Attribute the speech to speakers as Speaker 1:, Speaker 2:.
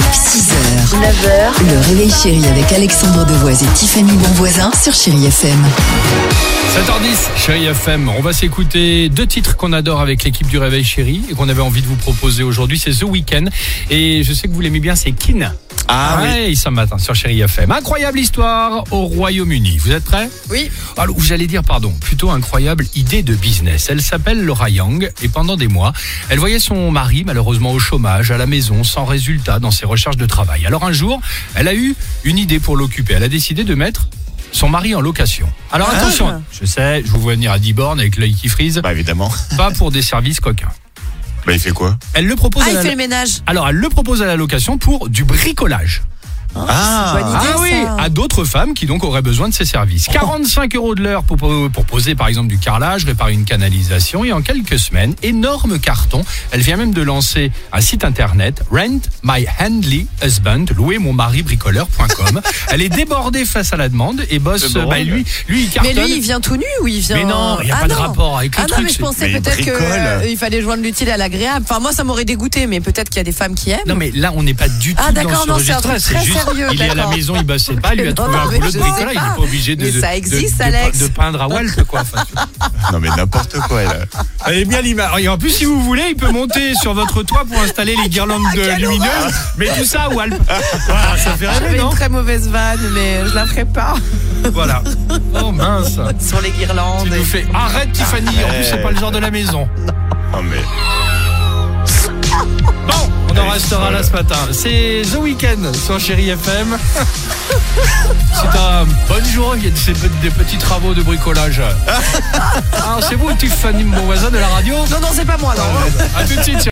Speaker 1: 6h, 9h, le réveil chéri avec Alexandre Devoise et Tiffany Bonvoisin sur Chéri FM.
Speaker 2: 7h10, chérie FM, on va s'écouter deux titres qu'on adore avec l'équipe du Réveil Chéri et qu'on avait envie de vous proposer aujourd'hui, c'est The Weeknd et je sais que vous l'aimez bien, c'est Kin.
Speaker 3: Ah oui.
Speaker 2: ouais, ce matin sur Chéri FM. Incroyable histoire au Royaume-Uni. Vous êtes prêts
Speaker 3: Oui.
Speaker 2: Alors, j'allais dire, pardon, plutôt incroyable idée de business. Elle s'appelle Laura Young et pendant des mois, elle voyait son mari malheureusement au chômage, à la maison, sans résultat dans ses recherches de travail. Alors un jour, elle a eu une idée pour l'occuper. Elle a décidé de mettre son mari en location. Alors
Speaker 4: Ah.
Speaker 2: attention, je sais, je vous vois venir à 10 bornes avec l'œil qui frise,
Speaker 3: Bah évidemment.
Speaker 2: pas pour des services coquins.
Speaker 3: Bah il fait quoi
Speaker 2: Elle le propose
Speaker 4: Ah,
Speaker 2: à
Speaker 4: il
Speaker 2: la...
Speaker 4: fait le ménage.
Speaker 2: Alors elle le propose à la location pour du bricolage.
Speaker 3: Ah
Speaker 2: Ah oui, à d'autres femmes qui donc auraient besoin de ses
Speaker 4: Oh.
Speaker 2: services. 45 euros de l'heure pour, pour poser par exemple du carrelage, réparer une canalisation et en quelques semaines, énorme carton. Elle vient même de lancer un site internet, Rent My Handly Husband, louer mon mari bricoleur.com. Elle est débordée face à la demande et bosse,
Speaker 3: C'est drôle.
Speaker 2: bah, lui, lui il
Speaker 4: Mais
Speaker 2: cartonne.
Speaker 4: lui, il vient tout nu ou il vient.
Speaker 2: Mais non, il y a
Speaker 4: Ah
Speaker 2: pas de
Speaker 4: non.
Speaker 2: rapport avec le
Speaker 4: Ah non,
Speaker 2: truc,
Speaker 4: mais je
Speaker 2: c'est-
Speaker 4: pensais
Speaker 3: Mais il
Speaker 4: peut-être qu'il
Speaker 3: bricole.
Speaker 4: fallait joindre l'utile à l'agréable. Enfin, moi, ça m'aurait dégoûté, mais peut-être qu'il y a des femmes qui aiment.
Speaker 2: Non mais là on n'est pas du tout
Speaker 4: Ah,
Speaker 2: dans
Speaker 4: d'accord,
Speaker 2: ce
Speaker 4: non, c'est un
Speaker 2: registre-là,
Speaker 4: truc
Speaker 2: c'est
Speaker 4: très
Speaker 2: juste
Speaker 4: sérieux,
Speaker 2: il est à la
Speaker 4: d'accord.
Speaker 2: maison, il bosse pas, lui a
Speaker 4: Non,
Speaker 2: trouvé
Speaker 4: non,
Speaker 2: un
Speaker 4: mais
Speaker 2: boulot de
Speaker 4: je sais
Speaker 2: bricolage, il
Speaker 4: pas.
Speaker 2: n'est pas obligé de,
Speaker 4: Mais
Speaker 2: de-
Speaker 4: ça
Speaker 2: de-
Speaker 4: existe,
Speaker 2: de-
Speaker 4: Alex.
Speaker 2: de peindre à Walt quoi. Enfin, tu-
Speaker 3: Non mais n'importe quoi elle.
Speaker 2: Elle est bien l'image. Et en plus, si vous voulez, il peut monter sur votre toit pour installer les guirlandes de lumineuses. Mais tout ça, Walp. Voilà, Ah, ça fait
Speaker 4: J'avais
Speaker 2: rêver, non
Speaker 4: une très mauvaise vanne, mais je la ferai pas
Speaker 2: Voilà. Oh mince.
Speaker 4: sur les
Speaker 2: Tu
Speaker 4: guirlandes.
Speaker 2: nous fais arrête, Tiffany. En plus, c'est pas le genre de la maison.
Speaker 3: Non mais
Speaker 2: Bon, on en restera là ce matin. C'est The Weeknd sur Chéri FM. C'est un bon jour. Il y a de ces pe- des petits travaux de bricolage. Alors, c'est vous, Tiffany, mon voisin de la radio Ah,
Speaker 4: Non, non, c'est pas moi, non.
Speaker 2: À tout de suite.